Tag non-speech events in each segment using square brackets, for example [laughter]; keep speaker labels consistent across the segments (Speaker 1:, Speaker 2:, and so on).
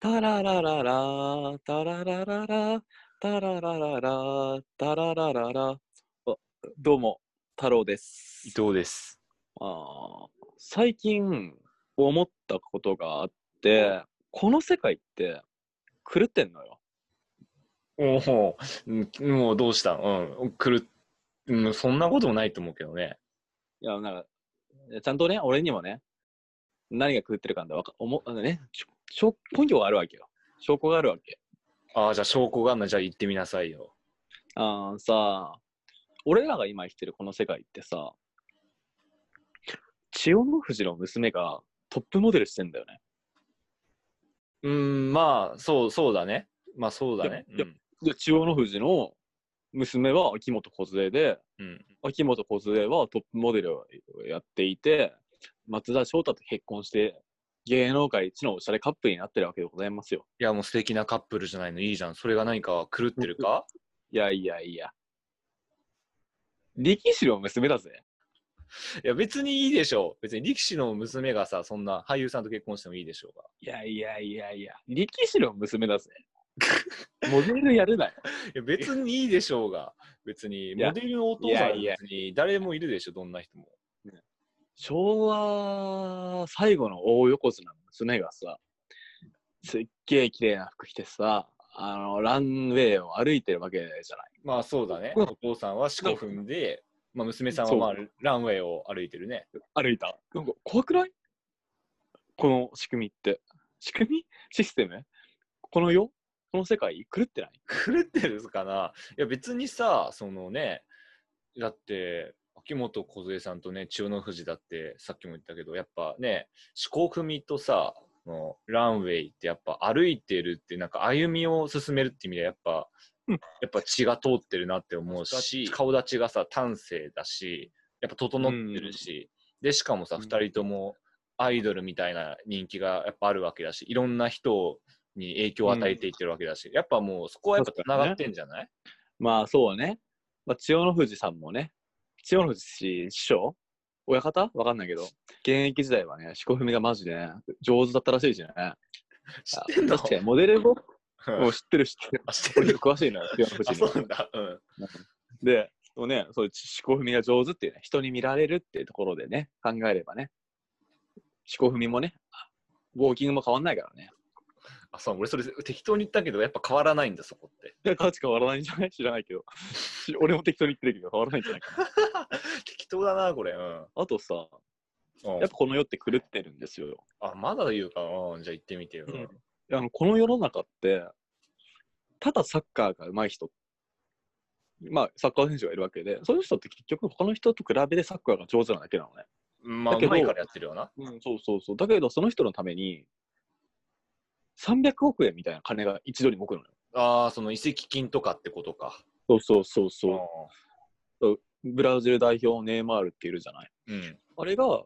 Speaker 1: タララララ、タララララ、タララララ、タララララ。あどうも、太郎です。
Speaker 2: 伊藤です。
Speaker 1: あー最近思ったことがあって、この世界って狂ってんのよ。
Speaker 2: おお、うんもうどうしたうん、来る、うん、そんなこともないと思うけどね。
Speaker 1: いや、なんか、ちゃんとね、俺にもね、何が狂ってるかんだわか、おも、あのね、しょ根拠があるわけよ。証拠があるわけ。
Speaker 2: ああ、じゃあ証拠があんな、じゃあ行ってみなさいよ。
Speaker 1: あのさ、俺らが今生きてるこの世界ってさ、千代の富士の娘がトップモデルしてんだよね。
Speaker 2: うん、まあ、そう、そうだね。まあ、そうだね。
Speaker 1: いやで、千代の富士の娘は秋元梢で、
Speaker 2: うん。うん
Speaker 1: 秋元梢はトップモデルをやっていて、松田翔太と結婚して、芸能界一のおしゃれカップルになってるわけでございますよ。
Speaker 2: いや、もう素敵なカップルじゃないの、いいじゃん。それが何か狂ってるか
Speaker 1: いやいやいや。力士の娘だぜ。
Speaker 2: いや、別にいいでしょう。別に力士の娘がさ、そんな俳優さんと結婚してもいいでしょうが。
Speaker 1: いやいやいやいや。力士の娘だぜ。モデルやるなよ。
Speaker 2: いや、別にいいでしょうが。別に、
Speaker 1: いや
Speaker 2: モデルのお父さんはい
Speaker 1: や
Speaker 2: 別に誰もいるでしょ、どんな人も。
Speaker 1: 昭和最後の大横綱の娘がさ、すっげえ綺麗な服着てさ、あの、ランウェイを歩いてるわけじゃない。
Speaker 2: まあそうだね。
Speaker 1: うん
Speaker 2: お父さんは四股踏んで、まあ、娘さんは、まあ
Speaker 1: そう、
Speaker 2: ランウェイを歩いてるね。
Speaker 1: 歩いた。なんか怖くないこの仕組みって。仕組みシステムこの世この世界狂ってない
Speaker 2: 狂ってるかないや別にさ、そのね、だって、秋元梢さんとね、千代の富士だってさっきも言ったけど、やっぱね、四股踏みとさ、そのランウェイってやっぱ歩いてるってなんか歩みを進めるって意味でやっぱ、
Speaker 1: うん
Speaker 2: やっぱ血が通ってるなって思うし、顔立ちがさ、端正だし、やっぱ整ってるし、で、しかもさ、
Speaker 1: うん
Speaker 2: 二人ともアイドルみたいな人気がやっぱあるわけだし、いろんな人に影響を与えていってるわけだし、やっぱもうそこはやっぱ繋がってんじゃない
Speaker 1: まあそうね。まあ、千代の富士さんもね、千代の富士師匠親方わかんないけど、現役時代はね、四股踏みがマジでね、上手だったらしいしね。
Speaker 2: 知ってんの
Speaker 1: あ確かに、モデルも、
Speaker 2: うん
Speaker 1: もう知ってる知ってる。
Speaker 2: あ、知って
Speaker 1: 俺
Speaker 2: る
Speaker 1: 詳しいのよ、千代の
Speaker 2: あ、
Speaker 1: 富士
Speaker 2: そ
Speaker 1: に
Speaker 2: うなんだ。うん。
Speaker 1: で、でもね、そう、思考踏みが上手っていうね、人に見られるっていうところでね、考えればね、思考踏みもね、ウォーキングも変わんないからね。
Speaker 2: あ、そう、俺それ適当に言ったけど、やっぱ変わらないんだ、そこって。 [laughs]
Speaker 1: いや、価値変わらないんじゃない知らないけど。し俺も適当に言ってるけど、変わらないんじゃないか
Speaker 2: 適当だな、これ。うん。
Speaker 1: な。あとさ、
Speaker 2: うん
Speaker 1: やっぱこの世って狂ってるんですよ。
Speaker 2: あ、まだ言うか。うん、じゃあ行ってみてよ。
Speaker 1: うんあのこの世の中って、ただサッカーが上手い人、まあ、サッカー選手がいるわけで、そういう人って結局、他の人と比べてサッカーが上手なだけなのね。
Speaker 2: まあ、
Speaker 1: だけ
Speaker 2: う
Speaker 1: ど
Speaker 2: まいからやってるよな。
Speaker 1: うん、そうそうそう。だけど、その人のために、300億円みたいな金が一度に動くのよ。
Speaker 2: ああ、その移籍金とかってことか。
Speaker 1: そうそうそう
Speaker 2: あ
Speaker 1: そう。ブラジル代表ネイマールっているじゃない。
Speaker 2: ーうん。
Speaker 1: あれが、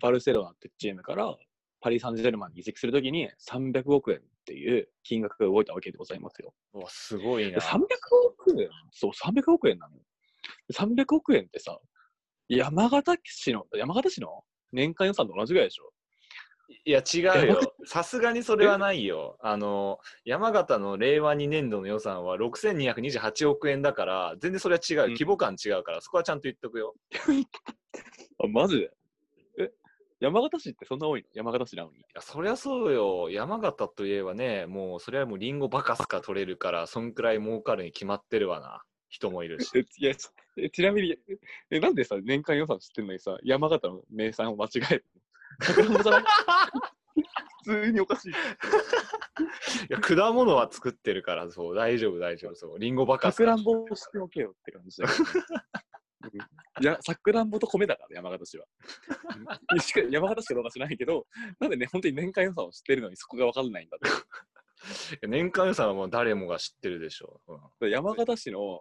Speaker 1: バルセロナってチームから、パリ・サンジェルマンに移籍するときに300億円っていう金額が動いたわけでございますよ。
Speaker 2: うわ、すごい
Speaker 1: で
Speaker 2: な。
Speaker 1: 300億円そう、300億円なのよ。300億円ってさ、山形市の、山形市の年間予算と同じぐらいでしょ。
Speaker 2: いや、違う
Speaker 1: 山
Speaker 2: よ。さすがにそれはないよ。あの、山形の令和2年度の予算は6228億円だから、全然それは違う。
Speaker 1: うん
Speaker 2: 規模感違うから、そこはちゃんと言っとくよ。
Speaker 1: あ、マジでえ、山形市ってそんな多いの山形市なのに。
Speaker 2: いや、そりゃそうよ。山形といえばね、もう、それはもうリンゴバカすか取れるから、そんくらい儲かるに決まってるわな。人もいるし。
Speaker 1: え [laughs] いやちえちなみにえ、なんでさ、年間予算知ってんのにさ、山形の名産を間違えるのさく [laughs] らんぼじゃない普通におかしい。
Speaker 2: いや、果物は作ってるから、そう、大丈夫、大丈夫、そう。リンゴバカ
Speaker 1: さ
Speaker 2: す
Speaker 1: くら
Speaker 2: か。
Speaker 1: んぼを知っておけよって感じだけどうんいや、さくらんぼと米だから、山形市は。うんしか山形市かどうか知らないけど、なんでね、本当に年間予算を知ってるのにそこが分からないんだって。
Speaker 2: いや年間予算はもう誰もが知ってるでしょう。うん
Speaker 1: 山形市の、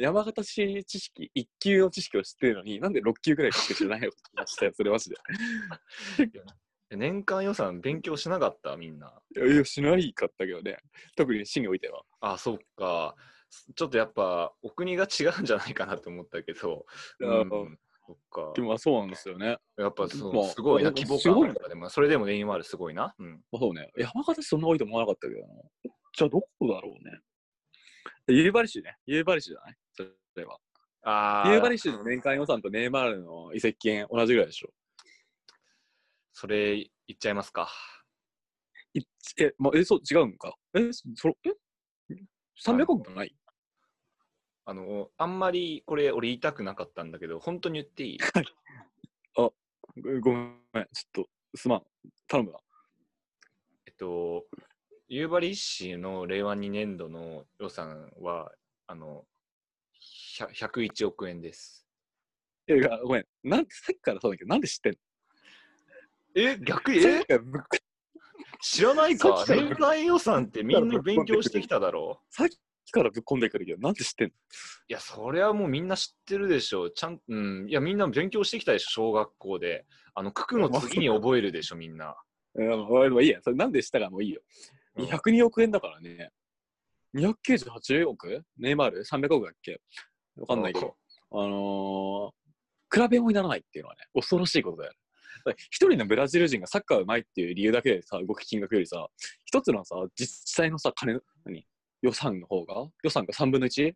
Speaker 1: 山形市知識、1級の知識を知ってるのに、なんで6級ぐらいしか知らないよって言いました [laughs] よ、それマジで。
Speaker 2: いや年間予算勉強しなかった、みんな。
Speaker 1: いやいや、しないかったけどね。特に市においては。
Speaker 2: あ、そっか。ちょっとやっぱ、お国が違うんじゃないかなと思ったけど、
Speaker 1: う
Speaker 2: うんん、そっか
Speaker 1: で。もまあそうなんですよね。
Speaker 2: やっぱそ
Speaker 1: まあ
Speaker 2: う、すごいな、
Speaker 1: うん
Speaker 2: 規模
Speaker 1: すごい
Speaker 2: 感あるから、でも、それでもネイマールすごいな。うん。
Speaker 1: まあそうね。山形市そんな多いと思わなかったけどな。じゃあどこだろうね。夕張市ね。夕張市じゃないそれは。
Speaker 2: あ
Speaker 1: 夕張
Speaker 2: あ、
Speaker 1: 市の年間予算とネイマールの移籍金同じぐらいでしょ。
Speaker 2: それ、いっちゃいますか。
Speaker 1: いえ、まあ、え、そう、違うんか。え、それ、え ?300 億もない
Speaker 2: あの、あんまり、これ、俺言いたくなかったんだけど、本当に言って
Speaker 1: [laughs]
Speaker 2: いい
Speaker 1: ごごめん、ちょっと、すまん。頼むな。
Speaker 2: えっと、夕張市の令和2年度の予算は、あの、100 101億円です。
Speaker 1: え、がごめん。なんさっきからそうだけど、なんで知ってんの
Speaker 2: え、逆
Speaker 1: さっ
Speaker 2: え
Speaker 1: きからぶっ
Speaker 2: 知らない
Speaker 1: さ
Speaker 2: か
Speaker 1: っきから
Speaker 2: 年間予算ってみんな勉強してきただろ
Speaker 1: さっきからぶっ込んでくるけど、なんで知ってんの
Speaker 2: いや、それはもうみんな知ってるでしょ。ちゃん、うん。いや、みんな勉強してきたでしょ、小学校で。あの、九九の次に覚えるでしょ、みんな。
Speaker 1: えー、まあまあいいや。それなんでしたかもういいよ。
Speaker 2: うん
Speaker 1: 202億円だからね。298億ネイマール ?300 億だっけわかんないけど。あのー、比べもにならないっていうのはね、恐ろしいことだよね。だから一人のブラジル人がサッカーうまいっていう理由だけでさ、動き金額よりさ、一つのさ、実際のさ、金の、何予算の方が予算が3分の 1?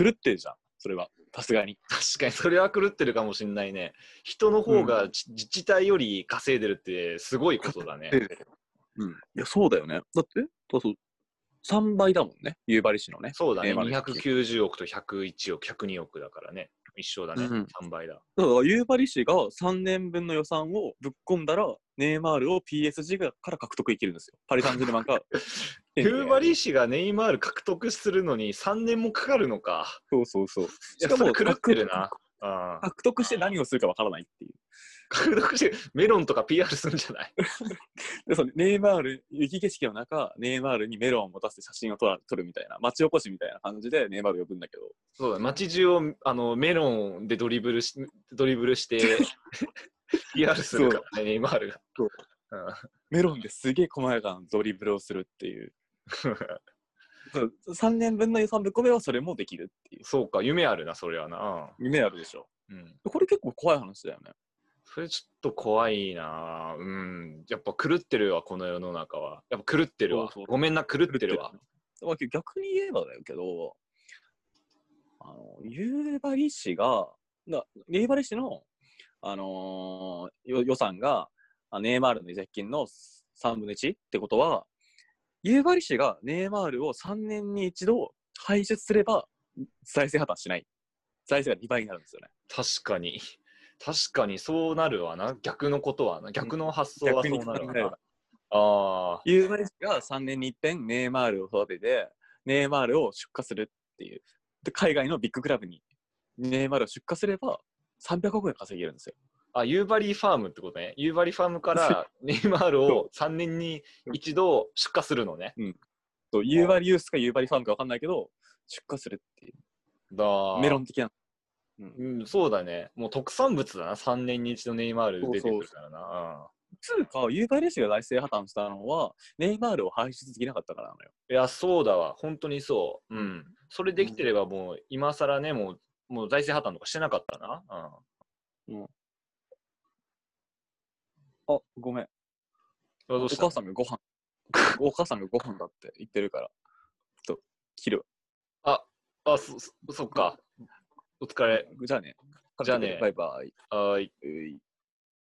Speaker 1: 狂ってるじゃん、それは。さすがに。
Speaker 2: 確かに、それは狂ってるかもしんないね。人の方がじ自治体より稼いでるってすごいことだね。
Speaker 1: うん。いや、そうだよね。だって、だそう3倍だもんね、夕張市のね。
Speaker 2: そうだね。
Speaker 1: ネイマールって
Speaker 2: 290億と101億、102億だからね。一緒だね。
Speaker 1: うん
Speaker 2: 3倍だ。。
Speaker 1: だから夕張市が3年分の予算をぶっ込んだら、ネイマールを PSG から獲得できるんですよ。パリ・サンジェルマンか
Speaker 2: [laughs] 夕張市がネイマール獲得するのに3年もかかるのか。
Speaker 1: そうそうそう。
Speaker 2: いや、それ狂ってるな。うん
Speaker 1: 獲得して何をするかわからないっていう。
Speaker 2: 獲得して、メロンとか PR するんじゃない
Speaker 1: で、そのネイマール、雪景色の中、ネイマールにメロンを持たせて写真を撮ら撮るみたいな、町おこしみたいな感じでネイマール呼ぶんだけど、
Speaker 2: そうだ、街中をあのメロンでドリブルしドリブ
Speaker 1: [laughs]
Speaker 2: ルして、PR するからね、ネイマールが。
Speaker 1: そうメロンですげえ細やかなドリブルをするっていう。
Speaker 2: うん、 [laughs]
Speaker 1: そう3年分の予算ぶっ込めばそれもできるっていう。
Speaker 2: そうか、夢あるな、それはな。
Speaker 1: 夢あるでしょ。
Speaker 2: うんうん
Speaker 1: これ結構怖い話だよね。
Speaker 2: それちょっと怖いなうん。やっぱ狂ってるわ、この世の中は。やっぱ狂ってるわ。
Speaker 1: そうそう
Speaker 2: ごめんな、狂ってるわ。
Speaker 1: まあ逆に言えばだけど、あの、夕張市が、な夕張市の、あのーよ予算が、あネイマールの移籍金の3分の1ってことは、夕張市がネイマールを3年に一度排出すれば、財政破綻しない。財政が2倍になるんですよね。
Speaker 2: 確かに。確かにそうなるわな。逆のことはな。逆の発想はそうなるわ
Speaker 1: 逆に考えれ
Speaker 2: な
Speaker 1: ば。
Speaker 2: ああ。
Speaker 1: 夕張市が3年に一遍ネイマールを育てて、ネイマールを出荷するっていう。で、海外のビッグクラブにネイマールを出荷すれば、300億円稼げるんですよ。
Speaker 2: あ、夕張ファームってことね。夕張ファームからネイマールを3年に一度出荷するのね。
Speaker 1: そう夕張ユースか夕張ファームか分かんないけど、出荷するっていう。
Speaker 2: だ
Speaker 1: メロン的な。うん
Speaker 2: うん、そうだね。もう特産物だな。3年に一度ネイマール出てくるからな。
Speaker 1: つうか、夕張市が財政破綻したのは、ネイマールを排出できなかったからなのよ。
Speaker 2: うんいや、そうだわ。本当にそう。うん。それできてればもう、今更ね、もう、もう財政破綻とかしてなかったな。うん。
Speaker 1: あ、ごめん。
Speaker 2: ど
Speaker 1: お
Speaker 2: うした
Speaker 1: 母さんがご飯、お母さんがご飯だって言ってるから、ちょっと切る
Speaker 2: あ、そ、そそっか。お疲れ。
Speaker 1: わ。じゃあね。
Speaker 2: じゃあね
Speaker 1: バイバイ。
Speaker 2: はーい。
Speaker 1: うい